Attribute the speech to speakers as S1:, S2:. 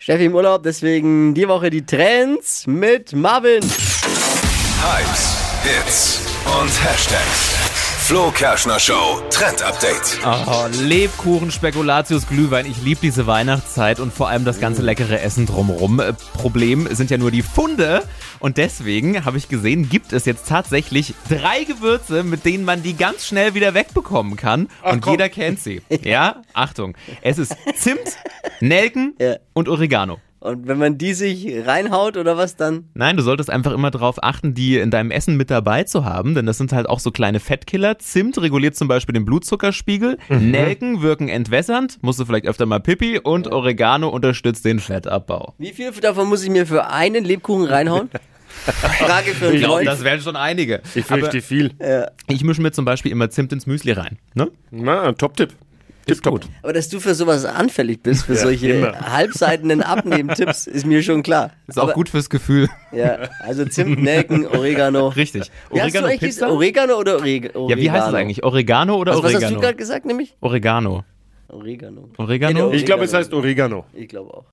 S1: Steffi im Urlaub, deswegen die Woche die Trends mit Marvin.
S2: Hypes, Hits und Hashtags. Flo Kerschner Show Trend Update.
S3: Oh, Lebkuchen, Spekulatius, Glühwein. Ich liebe diese Weihnachtszeit und vor allem das ganze leckere Essen drumherum. Äh, Problem sind ja nur die Funde. Und deswegen habe ich gesehen, gibt es jetzt tatsächlich drei Gewürze, mit denen man die ganz schnell wieder wegbekommen kann. und jeder kennt sie. Ja, Achtung. Es ist Zimt, Nelken
S1: Ja.
S3: und Oregano.
S1: Und wenn man die sich reinhaut oder was, dann
S3: Nein, du solltest einfach immer darauf achten, die in deinem Essen mit dabei zu haben, denn das sind halt auch so kleine Fettkiller. Zimt reguliert zum Beispiel den Blutzuckerspiegel,
S1: Mhm.
S3: Nelken wirken entwässernd, musst du vielleicht öfter mal Pipi und Oregano unterstützt den Fettabbau.
S1: Wie viel davon muss ich mir für einen Lebkuchen reinhauen? Frage für einen
S3: Ich glaube, das
S1: Freund.
S3: wären schon einige.
S4: Ich fürchte viel.
S3: Ich mische mir zum Beispiel immer Zimt ins Müsli rein. Ne?
S4: Na, Top-Tipp.
S3: Ist gut.
S1: Aber dass du für sowas anfällig bist, für solche
S4: immer.
S1: halbseitenden Abnehmtipps, ist mir schon klar.
S3: Ist auch
S1: Aber-
S3: gut fürs Gefühl.
S1: Ja, also Zimt, Nelken, Oregano.
S3: Richtig.
S1: Wie hast du
S3: Oregano
S1: eigentlich
S3: Pizza?
S1: gesagt? Oregano oder Oreg Oregano?
S3: ja, wie heißt das eigentlich? Oregano oder
S1: Was, was hast du
S3: Oregano?
S1: gerade gesagt, nämlich?
S3: Oregano.
S1: Oregano.
S3: Oregano?
S1: Nee,
S4: Ich glaube, es heißt Oregano.
S1: Ich glaube auch.